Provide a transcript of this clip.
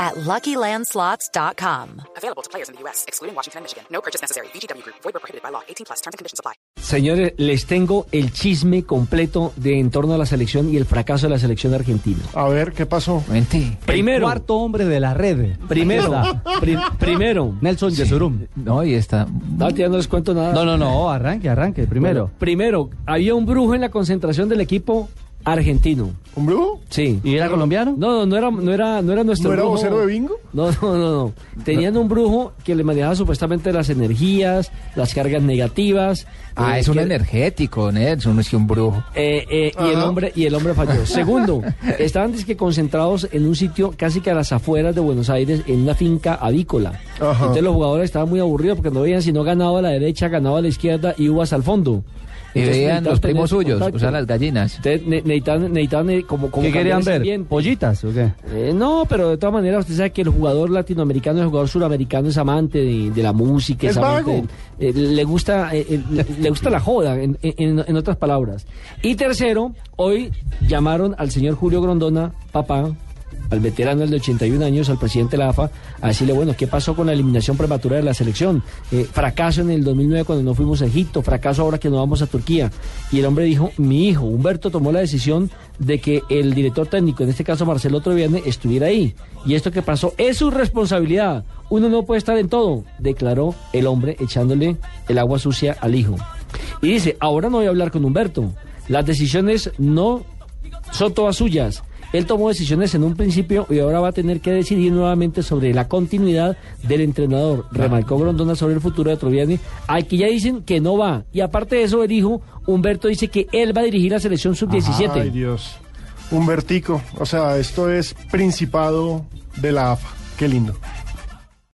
at LuckyLandSlots.com. Available to players in the U.S., excluding Washington and Michigan. No purchase necessary. VGW Group. Void where prohibited by law. 18 plus. Terms and conditions apply. Señores, les tengo el chisme completo de en torno a la selección y el fracaso de la selección argentina. A ver, ¿qué pasó? Primero. El cuarto hombre de la red. Primero, pri- primero, Nelson Yesurum. No, y está. no, ya no les cuento nada. No, no, no, arranque, arranque, primero. Primero, había un brujo en la concentración del equipo argentino. ¿Un brujo? Sí. ¿Y era colombiano? No, no, no era, no era, no era nuestro ¿No era brujo. vocero de bingo? No, no, no, no. Tenían un brujo que le manejaba supuestamente las energías, las cargas negativas. Ah, eh, es un que- energético, Nelson, no es que un brujo. Eh, eh, y el Ajá. hombre y el hombre falló. Segundo, estaban dizque concentrados en un sitio casi que a las afueras de Buenos Aires, en una finca avícola. Ajá. Entonces los jugadores estaban muy aburridos porque no veían si no ganaba a la derecha, ganaba a la izquierda y uvas al fondo. Y Entonces, veían necesitaban los primos tener suyos, contacto. o sea, las gallinas. Entonces, ne- necesitaban, necesitaban, eh, como, como ¿Qué cambiar querían ese ver? ambiente. ¿Pollitas o qué? Eh, no, pero de todas maneras usted sabe que el jugador latinoamericano, el jugador suramericano es amante de, de la música, Es amante vago. del- eh, le gusta, eh, eh, le- le gusta la joda, en, en- en otras palabras. Y tercero, hoy llamaron al señor Julio Grondona, papá, al veterano el de 81 años, al presidente de la AFA, a decirle, bueno, ¿qué pasó con la eliminación prematura de la selección? Eh, fracaso en el 2009 cuando no fuimos a Egipto, fracaso ahora que no vamos a Turquía. Y el hombre dijo, mi hijo, Humberto, tomó la decisión de que el director técnico, en este caso Marcelo Troviani, estuviera ahí. Y esto que pasó es su responsabilidad. Uno no puede estar en todo, declaró el hombre echándole el agua sucia al hijo. Y dice, ahora no voy a hablar con Humberto. Las decisiones no son todas suyas. Él tomó decisiones en un principio y ahora va a tener que decidir nuevamente sobre la continuidad del entrenador. Remarcó Grondona sobre el futuro de Troviani, al que ya dicen que no va. Y aparte de eso, el hijo Humberto dice que él va a dirigir la selección Ay, sub-17. Dios. Humbertico. O sea, esto es Principado de la AFA. Qué lindo.